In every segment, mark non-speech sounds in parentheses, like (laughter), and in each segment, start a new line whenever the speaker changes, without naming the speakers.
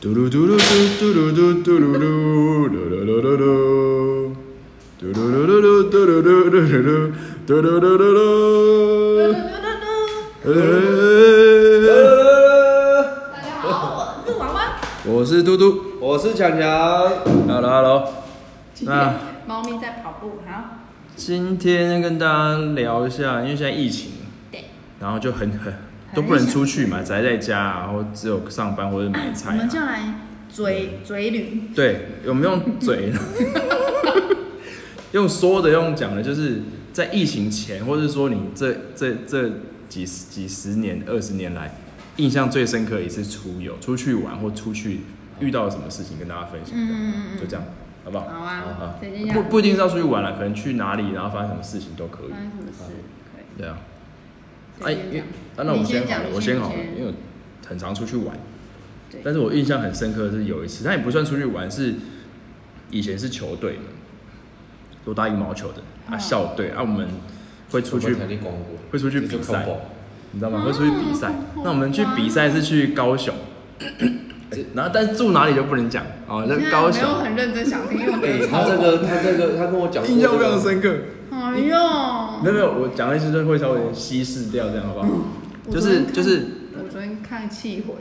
嘟噜嘟噜嘟嘟噜嘟嘟噜噜噜噜噜噜噜，嘟噜噜噜噜嘟噜噜噜噜噜，嘟噜噜噜噜。呃
呃，
大家好，我是娃娃。
我是嘟嘟
我是强强，
，Hello Hello。
今
啊
天猫咪在跑步，好，
今天跟大家聊一下，因为现在疫情，
对，
然后就很很都不能出去嘛，宅在家，然后只有上班或者
(coughs)
买
我
菜、
们
啊。嗯
就来嘴嘴捋，
对，我们用嘴， (laughs) 用说的，用讲的，就是在疫情前，或者说你这这这几十几十年、二十年来，印象最深刻一次出游、出去玩或出去遇到什么事情，跟大家分享。
嗯嗯嗯
就这样，好不
好
好？好
啊
好，
再见呀。
不不一定是要出去玩了，可能去哪里，然后发生什么事情都可以
发。生什么事？可以
对啊，哎，
随
因
便
为哎
讲
啊，那我
你
先
先
好
讲
了，
你
我
先
先好了
你，先
因为我很常出去玩。
对
但是我印象很深刻的是有一次，但也不算出去玩，是以前是球队的，都打羽毛球的啊，
嗯
校队啊，我们会出去，
肯定光顾，
会出去比赛
这就 combo
你知道吗？会出去比赛
哦。
那我们去比赛是去高雄， (clears throat) 对然后但是住哪里就不能讲哦，那
你看
高
没有
雄
很认真想听，因为我觉
哎
得
他这个他这个他跟我讲过
(laughs) 印象非
哦
常
这个
深刻。 (laughs)
哎
没
呦，
有没有，我讲的就是会稍微稀释掉，这样好不好？
我
就
昨天
是
看
就是嗯
我昨天看气魂，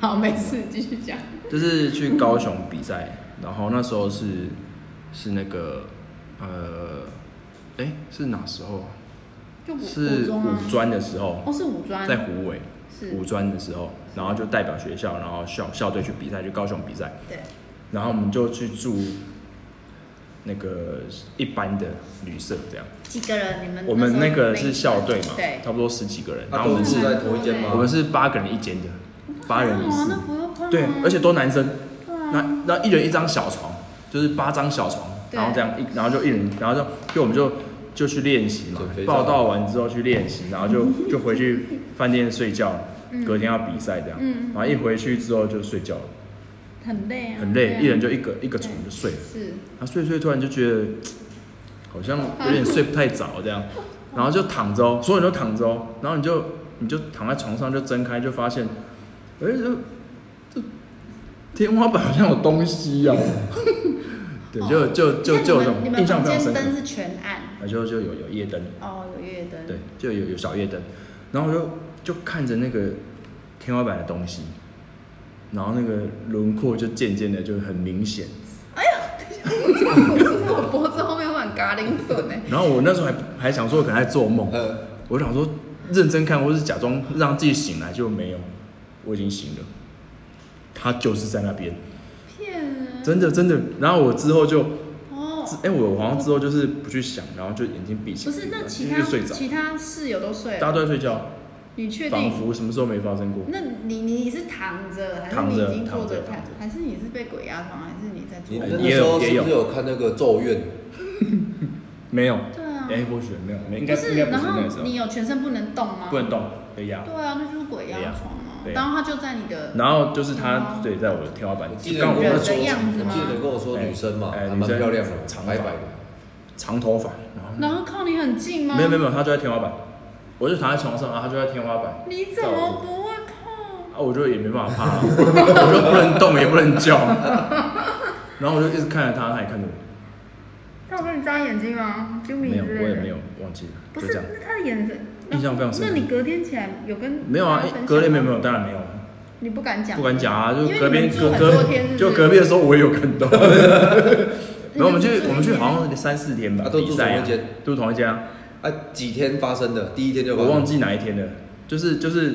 好，没事，继续讲。
就是去高雄比赛，然后那时候是是那个呃，哎、是哪时候啊？
就五五
是
中啊
五，专的时候，
哦，是五专，
在湖尾
是
五专的时候，然后就代表学校，然后校校队去比赛，去高雄比赛，
对，
然后我们就去住那个一般的旅社这样。
几个人？你们
我们那个是
校
校队嘛，
对，
差不多十几个人，然
他
啊后我
啊都
们
住
是
在同一间吗？
我们是八个人一间的，八人一
哦，
室
那，不用碰
对
啊，
而且都男生。
对啊
那那一人一张小床，就是八张小床，
对
然后这样一，然后就一人，然后就就我们就就去练习嘛
减肥，照
报道完之后去练习，然后
(laughs)
就就回去饭店睡觉，
嗯
隔天要比赛这样，
嗯
然后一回去之后就睡觉了，
很累啊，
很
对
累，
啊
一人就一个一个床就睡了，
是
然后睡睡突然就觉得好像有点睡不太着这
(laughs)
样，然后就躺着哦，所有人都躺着哦，然后你就你就躺在床上就睁开就发现，哎、这这天花板好像有东西
(laughs)
呀、啊，对，就就就就有
哦
种
那你们
印象非常
你
深
们房间
刻，
灯是全暗，
然后就就有有夜灯，
哦，有夜灯，
对，，就有有小夜灯，然后我就就看着那个天花板的东西，然后那个轮廓就渐渐的就很明显。
(laughs) 我脖子后面有很嘎铃笋哎，
然后我那时候还还想说可能在做梦，
呃，
我想说认真看，或是假装让自己醒来，就没有，我已经醒了，他就是在那边，
骗人，
真的真的。然后我之后就，
哦，
哎、我好像之后就是不去想，然后就眼睛闭起来，
不是，那
然后
其
继续
他
睡着，
其他室友都睡
大家
了，
都在睡觉，
你确
仿
定？
佛什么时候没发生过。
那你你是躺着还是
躺
你
着
已经坐
躺着
看
躺着？
还是你是被鬼压床，还是你在做
你
梦？
那
也
那时
有
候是
也有
不是有看那个《咒怨》？
没有，
对啊
哎、，或许没有，没应
不
该
是，
应该不
然
是那个时
后
候，
你有全身不能动吗？
不能动，被压。
对啊，那就是鬼压
对啊
床啊
对，啊
然后他就在你的，
然后就是他
哦
对，在我的天花板，
我
就
记得
刚好
你
我在
跟我
人
说，
的
说
样子
我
吗？
记得你跟我说
哎
女生嘛，
哎
还
女
蛮
生
漂亮的，
长
白
发
白的，
长头发，然后
然后靠你很近吗？
没有没有没有，他就在天花板，我就躺在床上，然后他就在天花板，
你怎么不会靠？
啊，我就也没办法怕了， (laughs) 我就不能动，也不能叫， (laughs) 然后我就一直看着他，他也看着我，
他有跟你眨眼睛吗？啾咪
没有，
之类的？
我也没有忘记了，
不，
就是这样，
那他的眼神
印象非常深
那你隔天起来有跟
没有啊
大家分享，吗
隔壁没有没有，当然没有，啊
你不敢讲，
不敢讲啊，就
因为
隔壁
你们住
隔
很
隔
多天是不是
就隔壁的时候我也有看
(laughs)
到，然后我们去
你们住
我们去
几天
好像三四天吧
啊，都住
比赛啊
同一间，
都同一间啊，
啊，几天发生的？第一天就发
我
生
忘记哪一天了，就是就是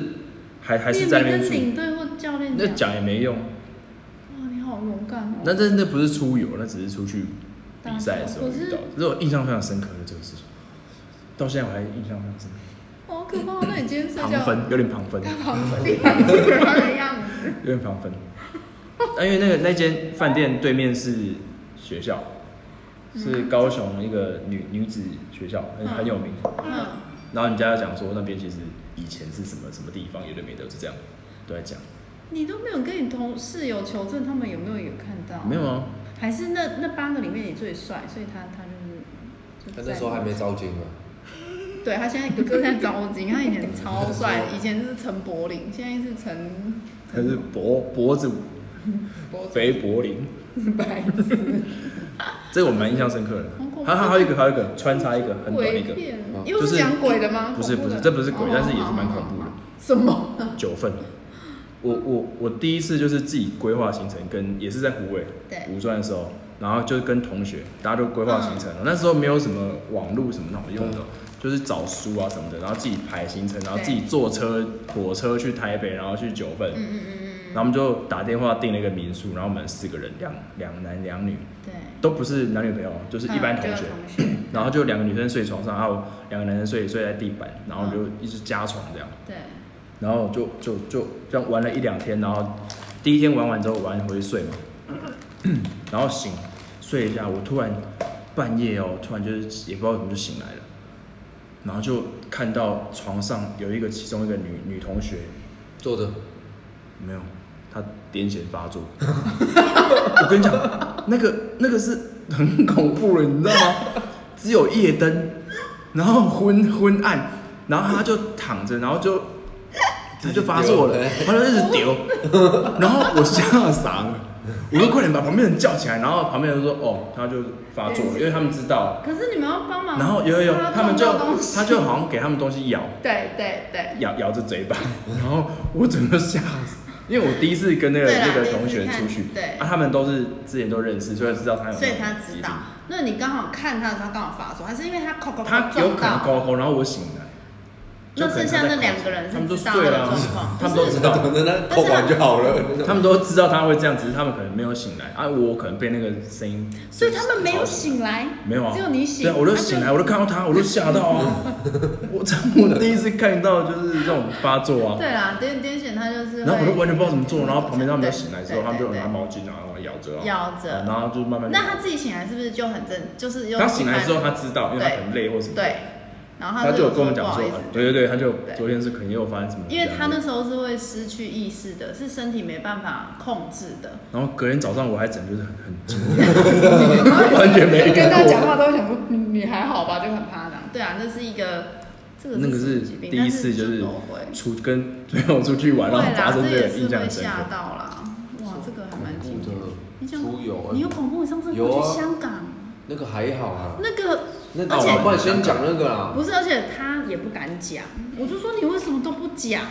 还还是在那边
你
住
也，没跟领队啊或教练
那讲也没用，
哇，你好勇敢哦。
那那那不是出游，那只是出去比赛的时候
可
遇
是
到的，这是我印象非常深刻的这个事情，到现在我还印象非常深刻。
好可怕！那你今天睡
旁
觉，
分，有点旁分，
他旁边他的样子，
(laughs) 有点旁分。啊因为那个那间饭店对面是学校，是高雄一个女女子学校，很很有名。
嗯，
然后人家讲说那边其实以前是什么什么地方，有的没的，就这样都在讲。
你都没有跟你同室友求证他们有没有有看到？
没有啊，
还是那那八个里面你最帅，所以他他就是。
他那时候还没
招，
招金啊，
对他现在哥哥在招金，他以前超帅，以前是陈柏霖，现在是陈
可是脖脖子
脖子
肥柏林，
白 (laughs) 痴，
这个我蛮印象深刻的
很恐。怖
还还还有一个，还有一个穿插一个很短一
鬼
个，
片
啊，
又
就是
是讲鬼的吗？
不是
恐
不
怖的嗯
是，这不是鬼
哦，
但是也是蛮恐怖
好好好
的。
什么？
九份，我我我第一次就是自己规划行程，跟也是在湖北
(laughs) 对
五专的时候，然后就是跟同学大家都规划行程
嗯
了，那时候没有什么网络什么那种用的，就是找书啊什么的，然后自己排行程，然后自己坐车火车去台北，然后去九份，
嗯嗯嗯嗯
然后我们就打电话订了一个民宿，然后我们四个人两两男两女，
嗯，对，
都不是男女朋友，就是一般
嗯
同学
就。同学，
然后就两个女生睡床上，还有两个男生睡睡在地板，然后我们就一直加床这样。
对，
然后就就就这样玩了一两天，然后第一天玩完之后玩回去睡嘛， (clears throat) 然后醒睡一下，我突然半夜哦，突然就是也不知道怎么就醒来了，然后就看到床上有一个其中一个女女同学，
坐着，
没有，她癫痫发作， (laughs) 我跟你讲，那个那个是很恐怖的，你知道吗？只有夜灯，然后昏昏暗，然后她就躺着，然后就他就发作了，他就一直丢，然后我吓傻了，我就快点把旁边人叫起来，然后旁边人说哦，他就发作了，因为他们知道，
(coughs) 可是你们要帮忙，
然后有有有，他们就
哦撞到东西
他就好像给他们东西咬，
(laughs) 对对对，
咬咬着嘴巴， (laughs) 然后我整个吓死，因为我第一次跟那个
对啦
那个
第一次
同学出去
看，对
啊，他们都是之前都认识，所以知道他有，
所以他知道，。那你刚好看他的时候，他刚好发作，还是因为他扣扣
他有
撞
可能
到？
高空，然后我醒来，
那
就可能
剩下
他在
那两个人
他们都
是知道
睡
他的
了啊
状况，
(laughs) 他们都知道，
等着那扣完就好了。
他们都知道他会这样，只是他们可能没有醒来啊。我可能被那个声音，
所以他们没有，醒来，
没有啊，
只有你醒，
对啊，我就
他
醒来，我就看到他，我就吓到
(laughs)
啊。我这我第一次看到就是这种发作啊，
对啦，癫癫痫他就是
然
会，
后我就完全不知道怎么做，然后旁边他们就
对
醒来之
对
后，他们就
对
拿
对
毛巾然后咬着啊，
咬着。
然后就慢慢。
那他自己醒来是不是就很正？就是又
他醒来之后，他
慢
知道，因为他可能累或什么，
对，然后
他就有跟我们
不
讲
好
说啊
意思，，
对对对，他就
对
昨天是肯定有发生什么这
因
样
为
的，
他那时候是会失去意识的，是身体没办法控制 (laughs) 的。
然后隔天早上我还整就是很很
(laughs)
惊讶，完全没
跟
看
他
过
讲。话都会想说你你还好吧，就很怕这样。对啊，那是一个这个
那个
是
是
什么疾病
第一次就是
但是不会
出跟朋友出去玩，然
会
后发
啦，
生
这
这
也
个
是
印象
会
很深
吓
刻。
到啦。哇，这个还蛮经典。你想
出游
你
欸
有恐怖？你上次
有
不
啊
去香港，
那个还好啊，
那个
那
而且
我们先讲那个啊啦，
不是，而且他也不敢讲。我就说你为什么都不讲？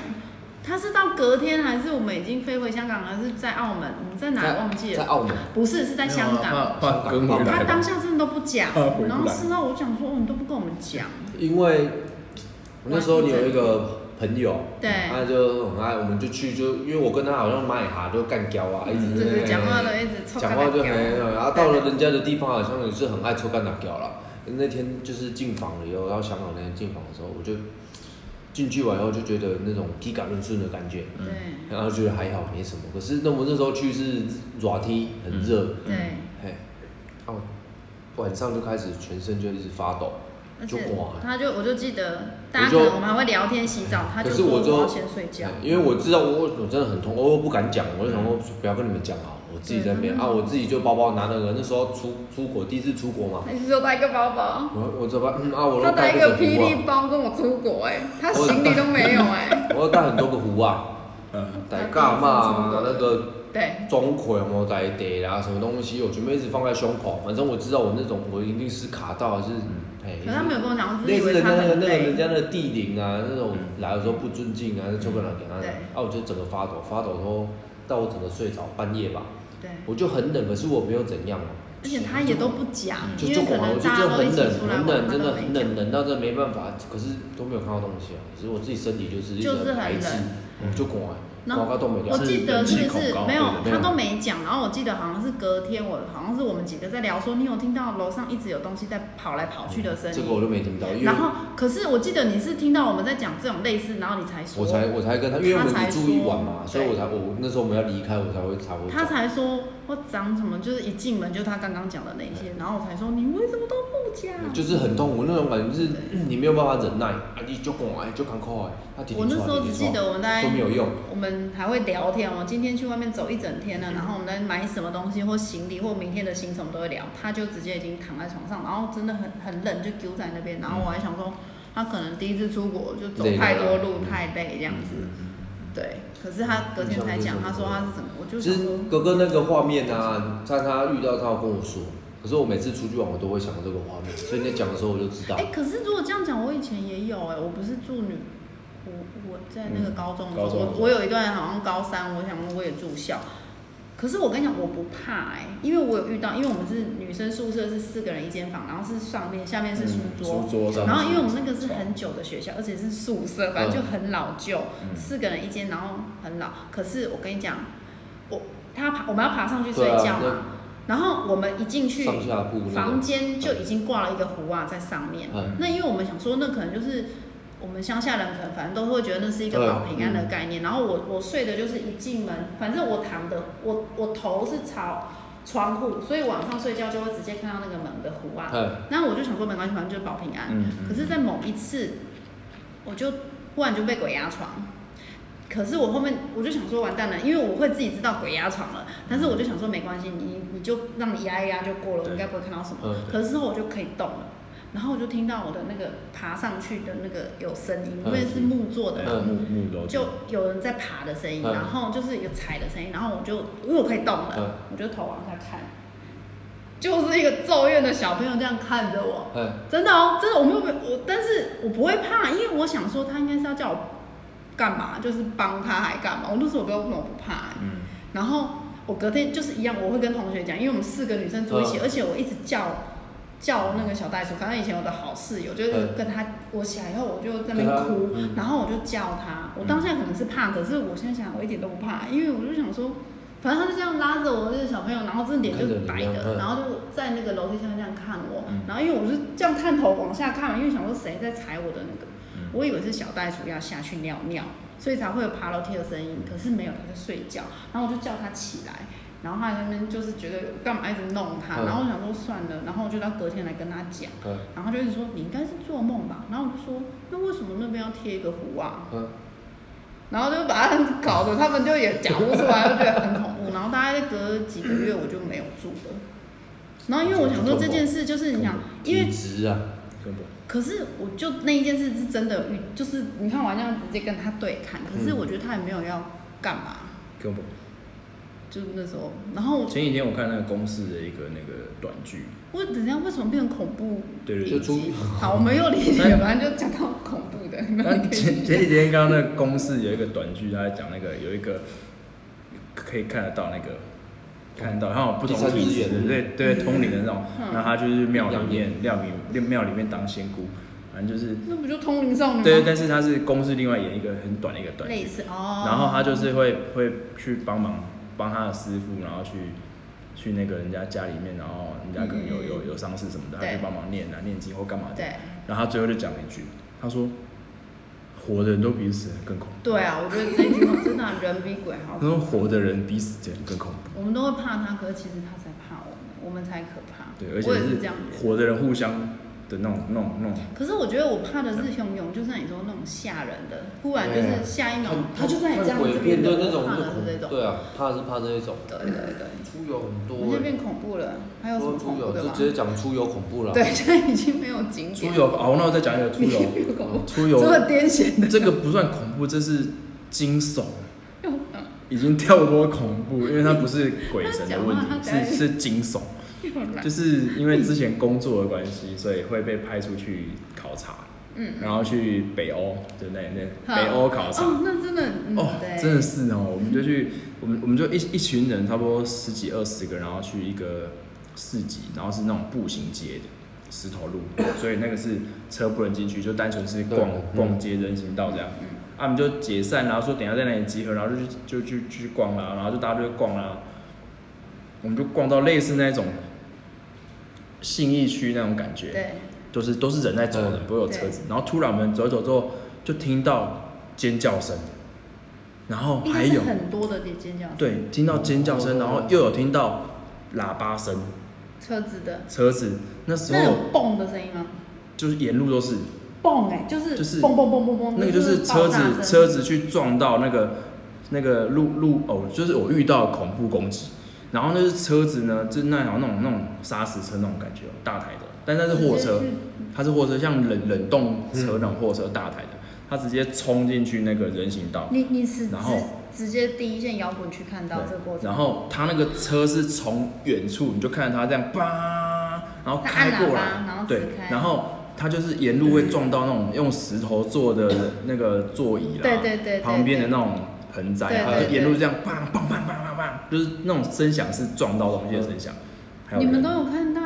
他是到隔天，还是我们已经飞回香港，还是在澳门？我们在哪里
在
忘记
在
了？
澳门，
不是，是在香
没有
港。
啊怕怕跟回
他
来吧
当下真的都不讲
怕回不，来
然后事后我讲说，哦，你都不跟我们讲，
因为我那时候你有一个朋友，
对
他就很爱，我们就去就，因为我跟他好像蛮哈，就干交啊，一直
对对，嗯讲话都一直凑
讲话就很，然后到了人家的地方，好像也是很爱抽干打掉了。那天就是进房了以后，然后香港那天进房的时候，我就进去完以后就觉得那种体感论顺的感觉，
对
然后觉得还好没什么。可是那我那时候去是软梯，很热，
对，
嘿，哦，晚上就开始全身就一直发抖，
而
就
且
挂了。
他就我就记得，大家
我
可
就
能我们还会聊天洗澡，他就
可是
说
我就
要先睡觉，
因为我知道我我真的很痛，我又不敢讲，我就想
嗯
说不要跟你们讲好，我自己在那边
对
啊，我自己就包包拿那个，那时候出出国第一次出国嘛，
他一直说带一个包包，
我我这边嗯啊，我
他
都
带
带
一个
这
霹
壶啊
雳包跟我出国，哎，他行李都没有，哎，
我要带很多个
(laughs)
壶啊，
嗯，
带干嘛啊？那个
对，
钟馗有没有带碟啦？什么东西？我全部一直放在胸口。反正我知道我那种我一定是卡到还是哎
嗯可，是他没有跟我讲，我只
类
是以
似
为
人
他
家那个
很
那个人
累，
家的地灵啊，那种来的时候不尊敬啊，就跟人给他
嗯对，
啊，我就整个发抖，发抖之后到我整个睡着，半夜吧，
对，
我就很冷，可是我没有怎样嘛。
而且他也都不讲，
就
因
嗯就
为可
管了，我
能
就
大
真
家都
的
一
很
起
冷，
出来
很
玩，
冷，
他
真
都
的
没讲。
很冷，冷到真的没办法。可是都没有看到东西啊，可是我自己身体就是一
就
直
是很
排斥
冷，
我就管，
那
管到都没掉
我。记得
是
是不
人
是
气恐高
没有
对
对，对
他都没讲。然后我记得好像是隔天，我好像是我们几个在聊说，你有听到楼上一直有东西在跑来跑去的声
嗯这个我
音。
都没听到，因为
然后，可是我记得你是听到我们在讲这种类似，然后你才说，
我才我才跟他，因为我们
他才
只
说
住一晚嘛，
对
所以我才我那时候我们要离开，我才会才会
他
走。
才说我讲什么，就是一进门就他刚刚讲的那些，然后我才说你为什么都不讲？
就是很痛苦那种感觉，就是你没有办法忍耐，啊，你就管哎，就赶快哎，他提
我那时候只记得我们在
都没有用，
我们还会聊天哦。今天去外面走一整天了，然后我们在买什么东西或行李或明天的行程我们都会聊。他就直接已经躺在床上，然后真的很很冷，就丢在那边。然后我还想说，他可能第一次出国就走太多路太累这样子。对，可是他隔天才讲，他说他是怎么，我就
其
想
实
说，
哥哥那个画面啊，在他遇到他有跟我说，可是我每次出去玩我都会想到这个画面，所以你在讲的时候我就知道
哎、。可是如果这样讲，我以前也有哎、我不是住女，我我在那个高中的时
嗯
候，
高中的时候
我我有一段好像高三，我想我也住校。可是我跟你讲，我不怕哎、因为我有遇到，因为我们是女生宿舍是四个人一间房，然后是上面下面是书桌，
嗯书桌上，
然后因为我们那个是很久的学校，而且是宿舍，反正就很老旧，
嗯
四个人一间，然后很老。可是我跟你讲，我他爬我们要爬上去睡
对啊
觉嘛，然后我们一进去
上下铺那
房
个，
间就已经挂了一个壶啊在上面。
嗯
那因为我们想说，那可能就是我们乡下人可能反正都会觉得那是一个
对
保平安的概
嗯
念。然后我我睡的就是一进门，反正我躺的我我头是朝窗户，所以晚上睡觉就会直接看到那个门的壶啊。
嗯，
那我就想说没关系，反正就是保平安。
嗯，嗯
可是，在某一次，我就忽然就被鬼压床。可是我后面我就想说完蛋了，因为我会自己知道鬼压床了，但是我就想说没关系，你你就让你压一压就过了，我
对
应该不会看到什么
嗯。
可是之后我就可以动了，然后我就听到我的那个爬上去的那个有声音，因
嗯
为是木做的嘛，
嗯木木楼
就有人在爬的声音，
嗯
然后就是有踩的声音，然后我就因为我可以动了，
嗯
我就头往下看，就是一个咒怨的小朋友这样看着我，
嗯，
真的哦，真的，我没有被我，但是我不会怕，因为我想说他应该是要叫我干嘛，就是帮他还干嘛。我那时候我不知道为什么我不怕、
嗯，
然后我隔天就是一样，我会跟同学讲，因为我们四个女生住一起，
嗯
而且我一直叫叫那个小袋鼠，反正以前我的好室友就是
嗯
跟他，我起来以后我就在那边哭，
对啊嗯
然后我就叫他，我当下可能是怕，可是我现在想我一点都不怕，因为我就想说。反正他就这样拉着我那个小朋友，然后这脸就是白
看着
的，
你嗯
然后就在那个楼梯下面这样看我，
嗯
然后因为我是这样探头往下看，因为想说谁在踩我的那个，
嗯
我以为是小袋鼠要下去尿尿，所以才会有爬楼梯的声音，可是没有，它在睡觉，然后我就叫它起来，然后它在那边就是觉得干嘛一直弄它，
嗯
然后我想说算了，然后我就到隔天来跟他讲，
嗯，
然后他就一直说你应该是做梦吧，然后我就说那为什么那边要贴一个壶啊？
嗯，
然后就把他们搞得他们就也讲不出来，就觉得很恐怖。然后大概隔几个月我就没有住了。然后因为我想说这件事就是你想，因为
体质啊，
根本
可是我就那一件事是真的有遇，就是你看我这样直接跟他对看，可是我觉得他也没有要干嘛，
根本。
就是那时候，然后
前几天我看那个公式的一个那个短剧，
我等一下为什么变成恐怖？
对对
就
对。
出
好，我们又理解，反正就讲到恐怖的， (laughs) 你
那
们可
前
以
前几天刚刚那个公式有一个短剧，他在讲那个有一个可以看得到那个看得到，然后有不同
第三
体
只
质
眼
对对通灵的那种，
嗯
然后他就是庙里面庙里庙里面当仙姑，反正就是
那不就通灵少女吗？
对，但是他是公式另外演一个很短的一个短
类
剧，
似哦。
然后他就是会会去帮忙帮他的师傅，然后去去那个人家家里面，然后人家可能有有有丧事什么的，他
嗯对
去帮忙念啊念经或干嘛的。
对
然后他最后就讲了一句，他说：“活的人都比死人更恐怖。
对啊，我觉得这一句话真的啊人比鬼”好
他。说：“活的人比死的人更恐怖。
我们都会怕他，可是其实他才怕我们，我们才可怕”。
对，而
我
且
也是这样觉得。
活的人互相的那种那种那
(laughs)
种，
可是我觉得我怕的是汹涌，就像你说那种吓人的，忽然
啊
就是下一秒哎他就在你这样
看
子
鬼片
边的，
的那种
我怕
就
的是这
恐，
种。
对啊，怕是怕这一种，
对对对，
出游很
我们现在
多欸，
变恐怖了，还有什么
说
恐
出
怖
游
的
就
吗？
直接讲出游恐怖了，
对， (laughs) 现在已经没有景
出
点，
游哦，那我再讲一个
(laughs)
出
有恐
游，啊出
这
游
么癫痫的。
这个不算恐怖，这是惊
(laughs)
悚，已经跳脱恐怖，因为它不是鬼神的问
(laughs) 他
题，
讲话他
是是惊
(laughs)
悚，
又来
就是因为之前工作的关系，所以会被派出去考察，
嗯，
然后去北欧，就那那
好
北欧考察。
哦，那真的，嗯
哦，
对，
真的是哦，我们就去，我们我们就一一群人，差不多十几二十个，然后去一个市集，然后是那种步行街的石头路，所以那个是车不能进去，就单纯是逛
对嗯
逛街人行道这样。啊，我们就解散，然后说等一下在哪里集合，然后就去就去就去逛啦，然后就大家就去逛啦，我们就逛到类似那种信义区那种感觉，
对，
就是都是人在走的，
嗯
不会有车子。然后突然我们走一走之后，就听到尖叫声，然后
应
哦还
该是
有
很多的尖尖叫，
对，听到尖叫声，然后又有听到喇叭声、
车子的，
车子。那时
那有
候
蹦的声音吗？
就是沿路都是，
蹦哎，就是
就是
蹦蹦蹦蹦蹦，
那个就是车
爆炸
子
声
车子去撞到那个那个路路哦，就是我遇到恐怖攻击。然后那是车子呢，就是那种那种那种砂石车那种感觉哦，
嗯
大台的，但那是货车
直接去，嗯
它是货车，像冷冷冻车那种货车大台的，它他直接冲进去那个人行道，
你你是直
然后
直接第一线摇滚去看到这个过
然
程，
后他那个车是从远处你就看着他这样叭，然后
他
开
按喇
过
叭
来，
然后
对
直开，
然后他就是沿路会撞到那种用石头做的那个座椅啦，
对对对对
旁边的那种盆栽啊，
对对
就沿路这样砰砰砰砰砰砰，就是那种声响是撞到东西的声响，还有
嗯你们
人
都有看到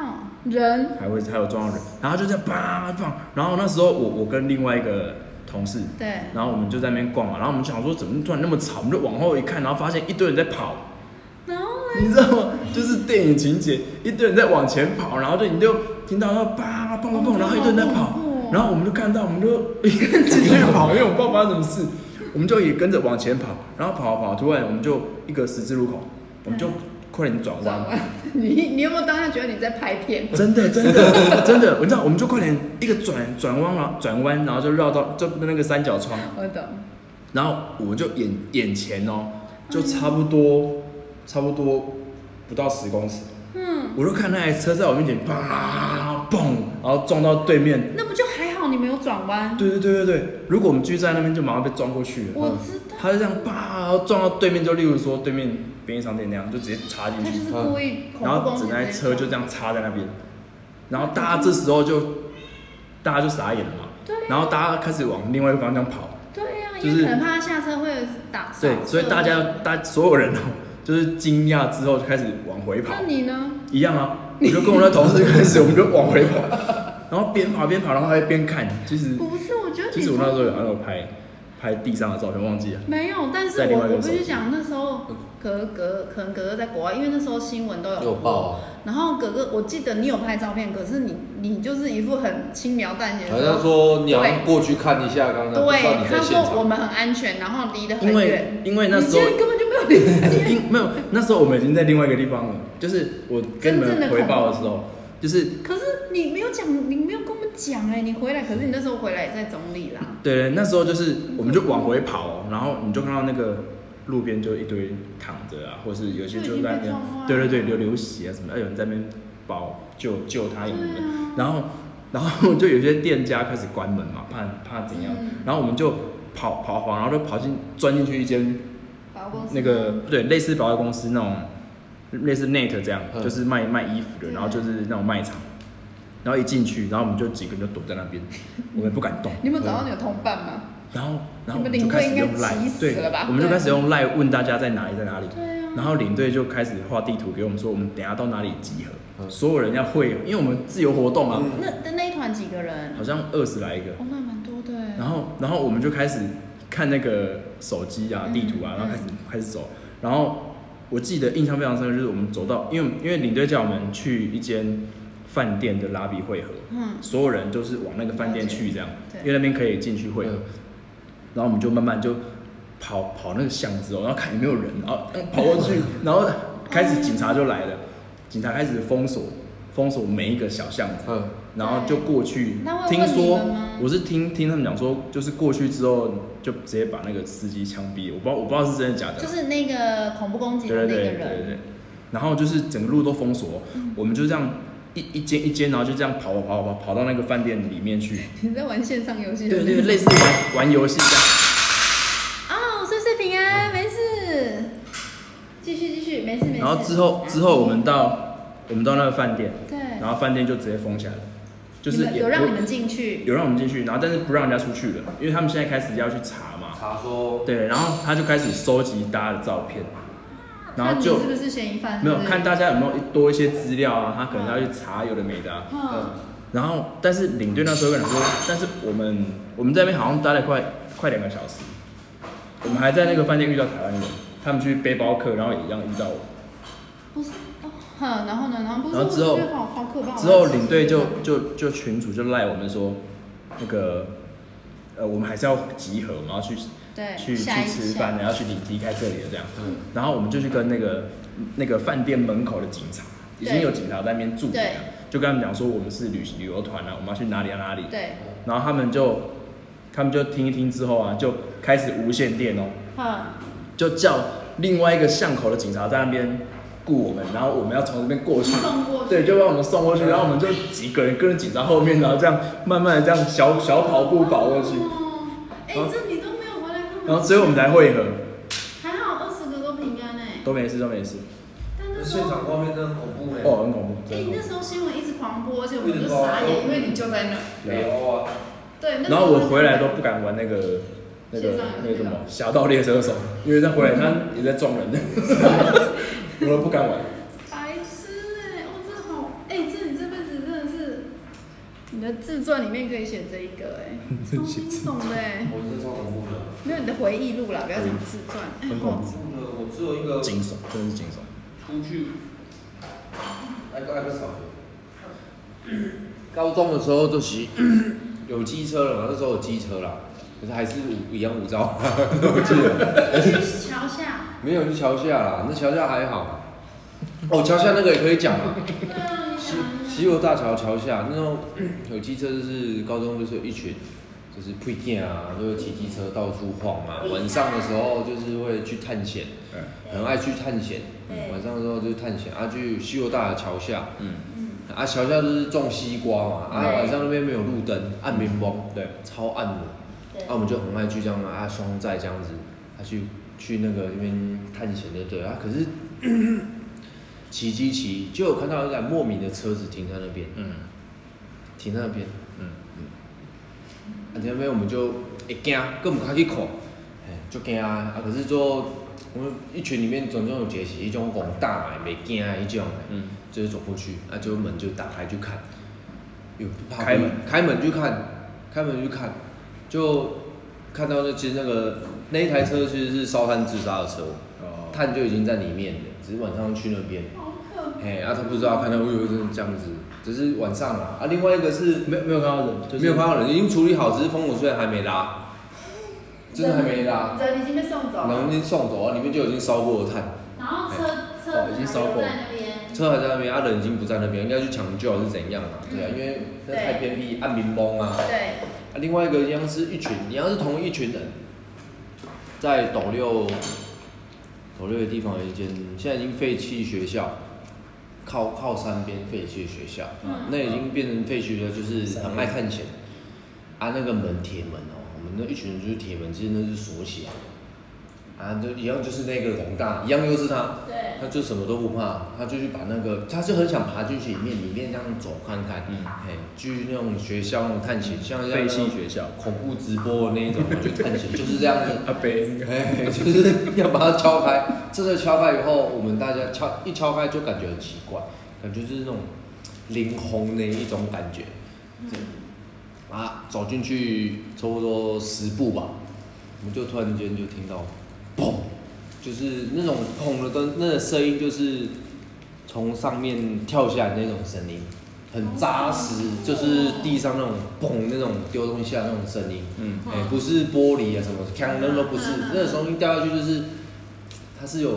人，
还会还有撞到人，然后就这样啪撞，然后那时候我我跟另外一个同事，
对，
然后我们就在那边逛嘛，然后我们就想说怎么突然那么吵，我们就往后一看，然后发现一堆人在跑， (laughs)
然后
你知道吗？就是电影情节，一堆人在往前跑，然后就你就听到那叭砰砰砰，然后一堆人在跑，然后我们就 (laughs) 看到，我们就继续跑，因为我们不知道发生什么事，我们就也跟着往前跑，然后跑啊跑，突然我们就一个十字路口，我们就快点转弯
转。弯， (laughs) 你你有没有当下觉得你在拍片？
真的，真的， (laughs) 真的，你知道，我们就快点一个转转弯啊，转弯，然后就绕到就那个三角窗，
我懂，
然后我就眼眼前哦，就差不多，差不多不到十公尺，
嗯，
我就看那台车在我面前，砰砰，然后撞到对面，
那不就还好，你没有转弯。
对对对对对，如果我们继续在那边，就马上被撞过去了。
我
嗯
知道，
他就这样啪，然后撞到对面，就例如说对面便利商店那样，就直接插进
他
去
就。是故意
嗯
恐
然
怖
后
攻击
整
直
台
接
车就这样插在那边，然后大家这时候就，大家就傻眼了嘛，然后大家开始往另外一个方向跑，
啊对呀、
就
因为
是
可能怕他下车会打扫
对，所以大家大所有人哦， (laughs) 就是惊讶之后就开始往回跑
那，你呢？
一样啊，我就跟我的同事开始，我们就往回
(laughs)
跑，然后边啊跑边跑，然后还边看，其实
不是，我觉得
其嗯
你
实我那时
说
候有有拍拍地上的照片，忘记了，
没有，但是
在另
我
外一个
我必
手
须
机
讲，那时候格格可能格格在国外，因为那时候新闻都有
有爆啊！
然后格格，我记得你有拍照片，可是你你就是一副很轻描淡写的，
好像说你好像过去看一下，刚刚不知道
对
你，
他
在现
说我
场。
们很安全，然后离得很
因为
远，
因为那时
你
候
现在根本就没有离
因
近。
没有，那时候我们已经在另外一个地方了。就是我跟你
真正的
们
恐
回
怖
报的时候，就是
可是你没有讲，你没有跟我们讲哎、你回来，可是你那时候回来也在总理啦。
对，那时候就是我们就往回跑、然后你就看到那个路边就一堆躺着啊，或是有些就在那
就已经被
边
撞坏了，
对对对，流流血啊什么，哎有人在那边保救救他
对
什么的，
啊，
然后然后就有些店家开始关门嘛，怕怕怎样，
嗯
然后我们就跑跑跑，然后就跑进钻进去一间
百货公司
那个对类似保险公司那种类似 Net 这样，
嗯
就是卖卖衣服的，然后就是那种卖场，然后一进去，然后我们就几个人就躲在那边，我们不敢动。
(laughs) 你有没有找到你的同伴吗？
然后，然后我
你们
们
领
就开
队
始
应该
用赖
急，死
对
了吧，
我们就
对
开始用赖问大家在哪里，在哪里。
对啊，
然后领队就开始画地图给我们说，我们等一下到哪里集合，
嗯
所有人要会，因为我们自由活动啊，
嗯
那那一团几个人？
好像二十来一个。
哦，那蛮多的欸。
然后，然后我们就开始看那个手机啊、
嗯
地图啊，然后开始
嗯
开始走。然后我记得印象非常深刻，就是我们走到，因为因为领队叫我们去一间饭店的拉比会合，
嗯，
所有人就是往那个饭店去这样，
对
因为那边可以进去会合。
嗯
然后我们就慢慢就跑跑那个巷子哦，然后看有没有人，然后嗯跑过去，然后开始警察就来了，警察开始封锁封锁每一个小巷子，
嗯，
然后就过去
那。会
听
问你
说
们吗
我是听听他们讲说，就是过去之后就直接把那个司机枪毙，我不知道我不知道是真的假的
就，是那个恐怖攻击的
对对
那个
对对对
人，嗯
对。然后就是整个路都封锁，哦我们就这样一一间一间，然后就这样跑跑跑跑跑到那个饭店里面去，
你在玩线上游戏？
对对，类似玩玩游戏这样。
哦，岁岁平安，没事，继续继续，没事没事。
然后之后之后我们到我们到那个饭店，
对，
然后饭店就直接封起来了，就是
你们
也
有让你们
有
进去，
有让我们进去，然后但是不让人家出去了，因为他们现在开始要去查嘛，
查
哦
说
对，然后他就开始收集大家的照片，然
看
后
你
就是
不是嫌疑犯？
没有
是不是哦
看。大家有没有多一些资料啊，他可能要去查有的没的、啊，
嗯，
然后但是领队那时候跟我说，但是我们我们在那边好像待了快快两个小时，我们还在那个饭店遇到台湾人，他们去背包客，然后也一样遇到我。
不是哦，哼，然后呢，然后不是，
然后之后
我觉得好好可怕。
之后领队就就就群主就赖我们说，那个呃，我们还是要集合，我们要去
对
去去
下一
吃
下
饭，然后去离离开这里了这样。
嗯
然后我们就去跟那个那个饭店门口的警察，已经
对
有警察在那边驻点
对
了，就跟他们讲说我们是旅旅游团啊，我们要去哪里啊哪里。
对，
然后他们就他们就听一听之后啊，就开始无线电哦，
哼，
就叫另外一个巷口的警察在那边雇我们，然后我们要从这边过去。
送过去。
对，就把我们送过去，然后我们就几个人跟着警察后面，然后这样慢慢的这样小小跑步跑过去。
哦哎、
然后
这你都没有回来看，
然后最后我们才会合，
还好二十个都平安哎、
都没事都没事。
但那时
现
候
场画面真的很恐怖哎、
哦，很恐怖，
哎、
真的
那
恐
时候新闻一直狂播，而且我们就傻眼，因为你就在那。
对啊
有啊，
对，那
哦怖。然后我回来都不敢玩那个那个
线上
那个什么
那个
《侠盗猎车手》，因为再回来他也在撞 (laughs) 人，我都不敢玩。
白痴哎、哦，这好哎、这你这辈子真的是，你的自传里面可以写这一个
(laughs)
哎、超惊悚的哎、
我真的超恐怖的。
没有你的回忆录啦，不要讲自传，
(laughs)
哎、
很恐
好
怖
我只有一个
惊悚，真的是惊悚。
出去，挨个挨个扫。高中的时候就是有机车了嘛，那时候有机车啦，可是还是无一样无照，我记得
去桥下，
没有去桥下啦，那桥下还好。哦，桥下那个也可以讲啊，
对啊，你想一下
西游大桥桥下那时候嗯有机车，就是高中就是有一群就是配件啊，就会骑机车到处晃啊，晚上的时候就是会去探险，
嗯
很爱去探险，
对
晚上的时候就探险啊，去西游大桥桥下。
嗯，
嗯，
啊，桥下就是种西瓜嘛，啊，
对
晚上那边没有路灯，暗明
嗯
蒙，对，超暗的，
对
啊，我们就很爱去这样啊，双载这样子，啊，去去那个那边探险的，对啊，可是骑机骑，就有看到一辆莫名的车子停在那边，
嗯
停在那边，
嗯
啊，停在那边我们就会惊，更不敢去看，嘿，就惊啊，啊，可是最后我们一群里面总共有一个是一种戆大的，袂惊的迄种的。
嗯，
就是走过去，啊，就门就打开去看，有怕
开门
开门去看，开门去看，就看到那其实那个那一台车其实是烧炭自杀的车，
哦，
炭就已经在里面了，只是晚上去那边，
好可怕，
嘿，啊，他不知道看到会有这这样子，只是晚上啊，啊，另外一个是
没有没有看到人，就是
没有看到人，已经处理好，只是封口虽然还没拉，真的还没拉，
人已经被送走
然
了，嗯
后已经送走啊，里面就已经烧过的炭。
然后车车
哦已经烧过
子还留在那边，
车还在那边，阿、人已经不在那边，应该去抢救还是怎样啊？对啊，因为那太偏僻，暗民崩啊。
对。
啊，另外一个一样是一群，一样是同一群人，在斗六，斗六的地方有一间现在已经废弃学校，靠靠山边废弃的学校，
嗯
那已经变成废墟了，就是很爱探险。啊，那个门铁门哦，我们那一群人就是铁门，其实那是锁起来的。啊，就一样就是那个龙大，一样又是他，
对，
他就什么都不怕，他就去把那个，他就很想爬进去里面，里面这样走看看，
嗯
哎、去那种学校那种探险，像像
废弃学校，
恐怖直播的那一种，去探险就是这样子，
阿北应该
哎、就是要把它敲开。真的敲开以后，我们大家敲一敲开就感觉很奇怪，感觉就是那种灵红的一种感觉。啊，走进去差不多十步吧，我们就突然间就听到砰，就是那种砰的灯，那个声音就是从上面跳下来那种声音，很扎实，就是地上那种砰那种丢东西下来那种声音，
嗯
哎、不是玻璃啊什么，锵那都不是，那个声音掉下去就是。它是有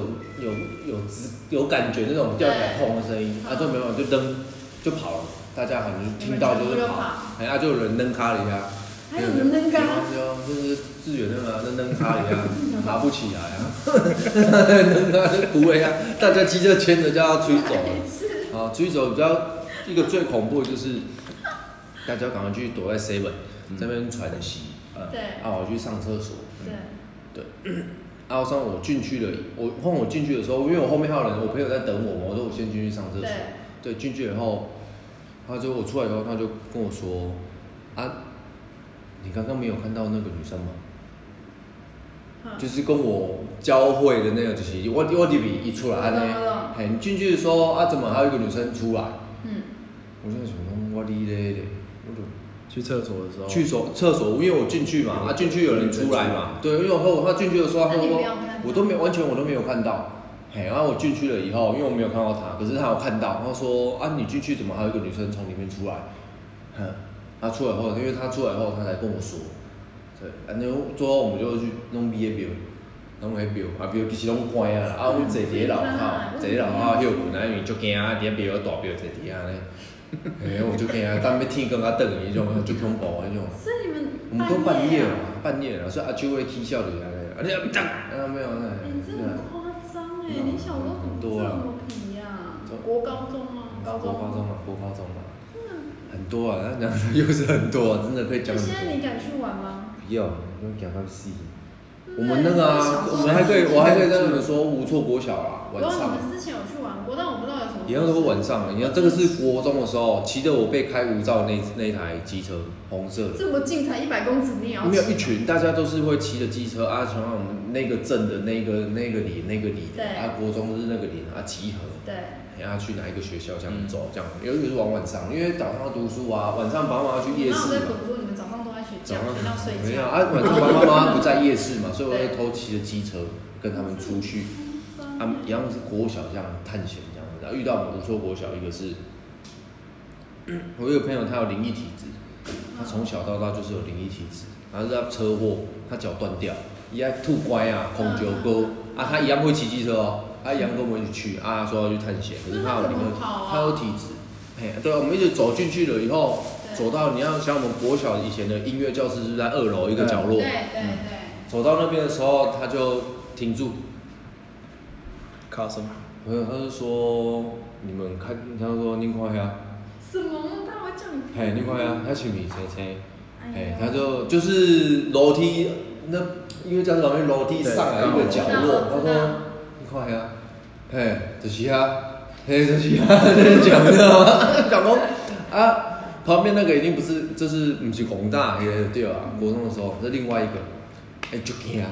有有直有感觉那种掉下来砰的声音，啊就没有就扔就跑了，大家好像就听到就是跑，哎啊就有人扔咖喱啊，
还有人扔咖
对啊，就是自己那个扔扔咖喱啊，爬不起来啊，扔咖喱不会啊，大家急着牵着叫他追走啊，
是，
啊追走比较一个最恐怖的就是大家赶快去躲在 seven 这边喘息，
对，
啊我去上厕所，
对，
啊，上我进去了，我换我进去的时候，因为我后面还有人，我朋友在等我嘛，我说我先进去上厕所
对。
对，进去以后，他就我出来以后，他就跟我说：“啊，你刚刚没有看到那个女生吗？”
嗯
就是跟我交汇的那个，就是我我这边一出来安
我懂我懂
尼，嘿，你进去的时候啊，怎么还有一个女生出来？
嗯，
我就在想说，我哩嘞嘞，我就
去厕所的时候，
去所厕所，因为我进去嘛，啊进去有人出来嘛，对，因为我他进去的时候，他
那你
说
没有看到
我都没有完全我都没有看到，嘿，然后我进去了以后，因为我没有看到他，可是他有看到，他说啊你进去怎么还有一个女生从里面出来，哼，他出来后，因为他出来后他才跟我说，对，啊然后最后我们就去弄 B A 表，弄 A 表，啊表其实拢关啊，啊我
嗯
们坐伫楼下，坐伫楼下休困啊，因为足惊啊，伫表大表坐伫遐咧，嘿，我就惊，等要天光啊等伊迄种，足恐怖迄种。
所以你们
我们都半夜了，半夜了，所以阿秋会踢笑的啊，你要当啊没有那，
你嗯这很夸张哎！
嗯
你小时候怎么这么皮呀？
啊
国高中吗？高
国高
中。
中嘛，啊嗯国高啊中嘛，很多啊，那讲的又是很多啊，真的可以
那
讲很
现在
多。
你敢去玩吗？
不要，不用讲到细。我们那个啊，我们还可以，我还可以跟你们说，无错国小啦，晚
有你
上。
们之前有去玩过，但我不知道有什么。
一样都是晚上啊，你看这个是国中的时候，骑着我被开无照那那一台机车，红色的。
这么近才一百公尺，你也要
没有一群，大家都是会骑着机车啊，从我们那个镇的那个那个里那个里，
对
啊，国中是那个里啊，集合，
对，
然后去哪一个学校这样
嗯
走，这样，尤其是玩晚上，因为早上要读书啊，晚上爸妈要去夜
那我
市
在
嘛，
读书，你们早上都在学
早
校，
上
学校睡
没有
觉。
啊，晚上爸爸妈妈不在夜市嘛，所以我会偷骑着机车跟他们出去，啊，
嗯
一样是国小这样探险这样，然后遇到不错国小，一个是，我有个朋友他有灵异体质，他从小到大就是有灵异体质，然后是他车祸，他脚断掉，一爱吐乖啊，恐酒沟啊，他一样会骑机车哦，他一样跟我们一起去啊，说要去探险，可是他有灵异，他有体质，哎，对，我们一直走进去了以后，走到你要像我们国小以前的音乐教室是在二楼一个角
对
落，
对对，
走到那边的时候他就停住，
卡什么？
朋友他就说你们看，他就说您看呀，
什么？他会叫你
嘿，你看啊呀，他是米车车。哎、他就就是楼梯那，因为教室旁边楼梯上来一个角落，他
对知道
说：“你看呀，嘿，就是啊，嘿，就是啊，在讲你知道吗？ (laughs) 讲说啊，旁边那个已经不是，就是不是宏大也对啊，国中的时候是另外一个，哎、就惊啊。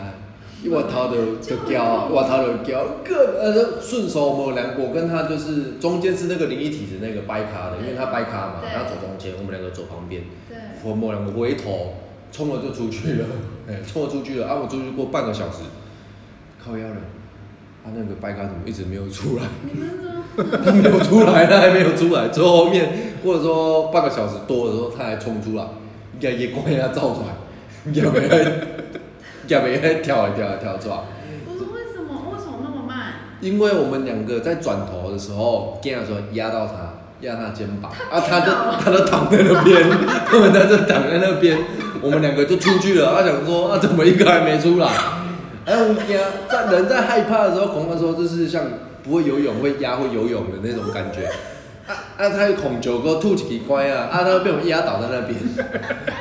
因为我头就就叫啊，我头就叫，个呃顺手摸两我跟他就是中间是那个灵异体质那个掰咖的，因为他掰咖嘛，
对
他走中间，我们两个走旁边，
对，
我某两个回头冲了就出去了，哎、冲了出去了，啊，我出去过半个小时，靠腰了，他、那个白卡怎么一直没有出来？
你们怎么？
他没有出来，他还没有出来，最后后面或者说半个小时多的时候，他还冲出来，应该也光给他照出来，也没也没跳来跳来跳出来。
我说为什么？为什么那么慢？
因为我们两个在转头的时候，跟他说压到他，压他肩膀，啊，他
跌
就
倒了
他就躺在那边， (laughs) 他们他就躺在那边，我们两个就出去了。他想说，啊，怎么一个还没出来？哎，我们惊，在人在害怕的时候，恐慌的时候，就是像不会游泳会压会游泳的那种感觉。啊啊！他又恐九哥吐几乖啊！啊，他被我们压倒在那边。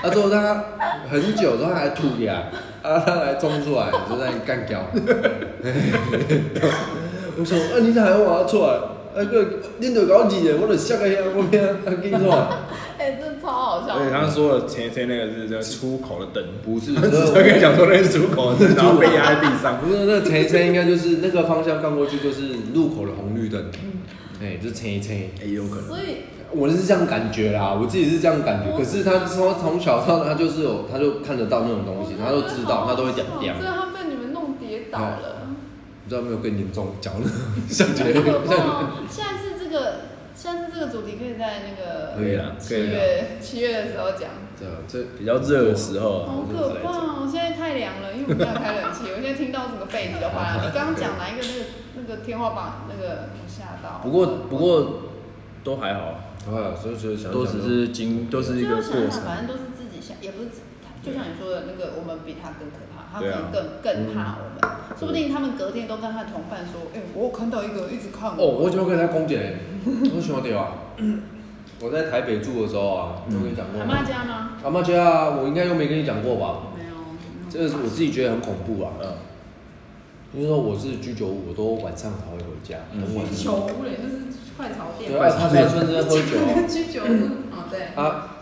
啊，之后他很久之后他还吐牙，啊，他还冲出来，就在那里干掉。我想，啊，你哪有我出来？啊，个恁就搞几个，我就下个遐，我边啊，跟你说，
哎，这超好笑
而。且他说的前一天那个是叫出口的灯，(laughs)
不是，
他
那
跟你讲说那是出口的灯，然后被压在地上。
不是那前一车应该就是那个方向看过去就是路口的红绿灯，哎，就前一车。
哎，有可能。
所以
我是这样感觉啦，我自己是这样感觉。
我
可是他从从小到大他就是有，他就看得到那种东西，他
都
都知道，他都会讲讲。
哦
所以他被你们弄跌倒了。
不知道有没有更严重，讲了像觉得
好可怕
像
哦！下次这个，下次这个主题可以在那
可以
个
啊啦，可以
七
啦。
月七月的时候讲。
(laughs) 对啊，这
比较热的时候啊，
好可怕哦！现在太凉了，因为我们家有开冷气，我现在听到整个被子都
(laughs)
发凉。你刚刚讲哪一个那个那个天花板那个，我吓到。
不过不过都还好，
啊，所以所以想
都只是经都是一
最
个
后想
过
想，
程。
反正都是自己想，也不是自就像你说的那个，我们比他更可怕，他可
对啊嗯
能更更怕我们。说不定他们隔天都跟他的同伴说：“哎，我有看到一个一直看
哦，
我。”
我就跟他讲一个，我想到啊，我在台北住的时候啊，我跟你讲过
阿
吗
妈？家吗？
阿妈家啊，我应该又没跟你讲过吧？
没有。
这个是我自己觉得很恐怖啊，
嗯，
因为说我是居酒屋，我都晚上才会回家，
嗯
很晚。
球屋嘞，就是快潮店
对啊，他在村子喝酒啊
居酒屋。哦，对。
啊，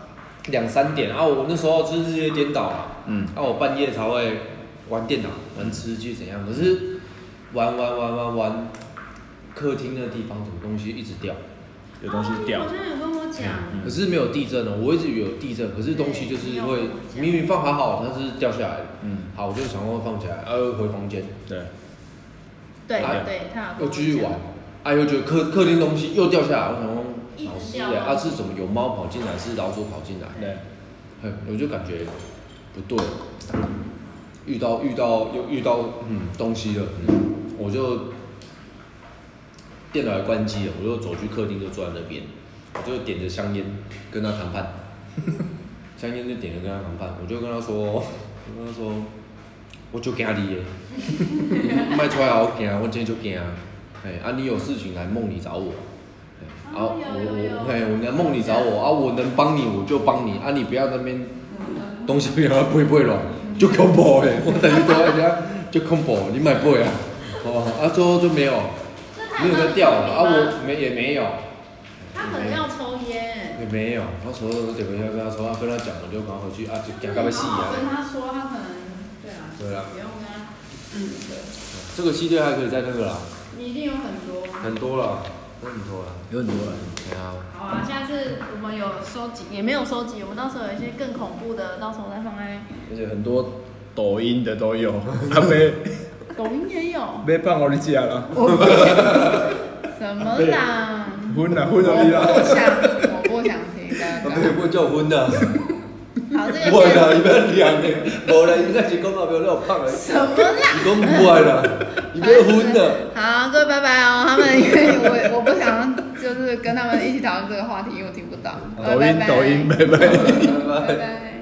两三点啊，我那时候就是日夜颠倒嘛，
嗯，
啊，我半夜才会玩电脑、玩吃鸡怎样？可是玩玩玩玩玩，客厅那地方什么东西一直掉，
有东西掉
哦你好，像有跟我讲。
嗯
可是没有地震哦，我一直以为有地震，可是东西就是会明明放还好，但是掉下来了。
嗯，
好，我就想说放起来，啊，又回房间，
对，
对
啊
对，他有跟
又
我
继续
讲
玩，啊，又觉得客客厅东西又掉下来，我想说
一直
老师
掉
嘞，
啊
啊是什么？有猫跑进来，是老鼠跑进来？
对，
嘿，我就感觉不对，嗯遇到遇到又遇到嗯东西了，嗯，我就电脑也关机了，我就走去客厅就坐在那边，我就点着香烟跟他谈判， (laughs) 香烟就点着跟他谈判，我就跟他说，我跟他说，我就惊你耶，卖出来我惊，我真的就惊，哎，啊你有事情来梦里找我。嘿啊，我
哦有有有
我嘿，我来梦里找我啊，我能帮你我就帮你啊，你不要在那边东西不要背背了，就 combo 哎、我等于多人家就 combo，你买不啊？哦，啊，最后就没有，没
那他也
有
算
在掉了啊，
聪明吗
我没也没有，
他可能要抽烟。
也没有。他说怎么要跟他说，他跟他讲，我就赶快回去啊，就
你
赶
好
快被洗
好
啊。
跟他说，他可能对啊，
对啊
不用跟他，嗯，对，
这个系列还可以再那个啦，
你一定有很多。
很多了，真的很多了。
有很多人。
对啊，
好啊，下次我们有收集，也没有收集，我们到时候有一些更恐怖的，到时候再放在
而且很多抖音的都有， (laughs) 啊被
抖音也有，
被放我的家了，
什么啦？
昏了昏了你
我
了，
不想，我不想听大
他们也
家。
不会叫婚的，
好，这
不会啦，
个
伊要凉的，无啦，伊那是讲到没有那么胖的，
什么啦？
伊讲不会啦，伊要婚的。
好，各位拜拜哦。他们因为我我不想就是跟他们一起讨论这个话题，因为我听不到。
抖音抖音，拜拜。
拜拜。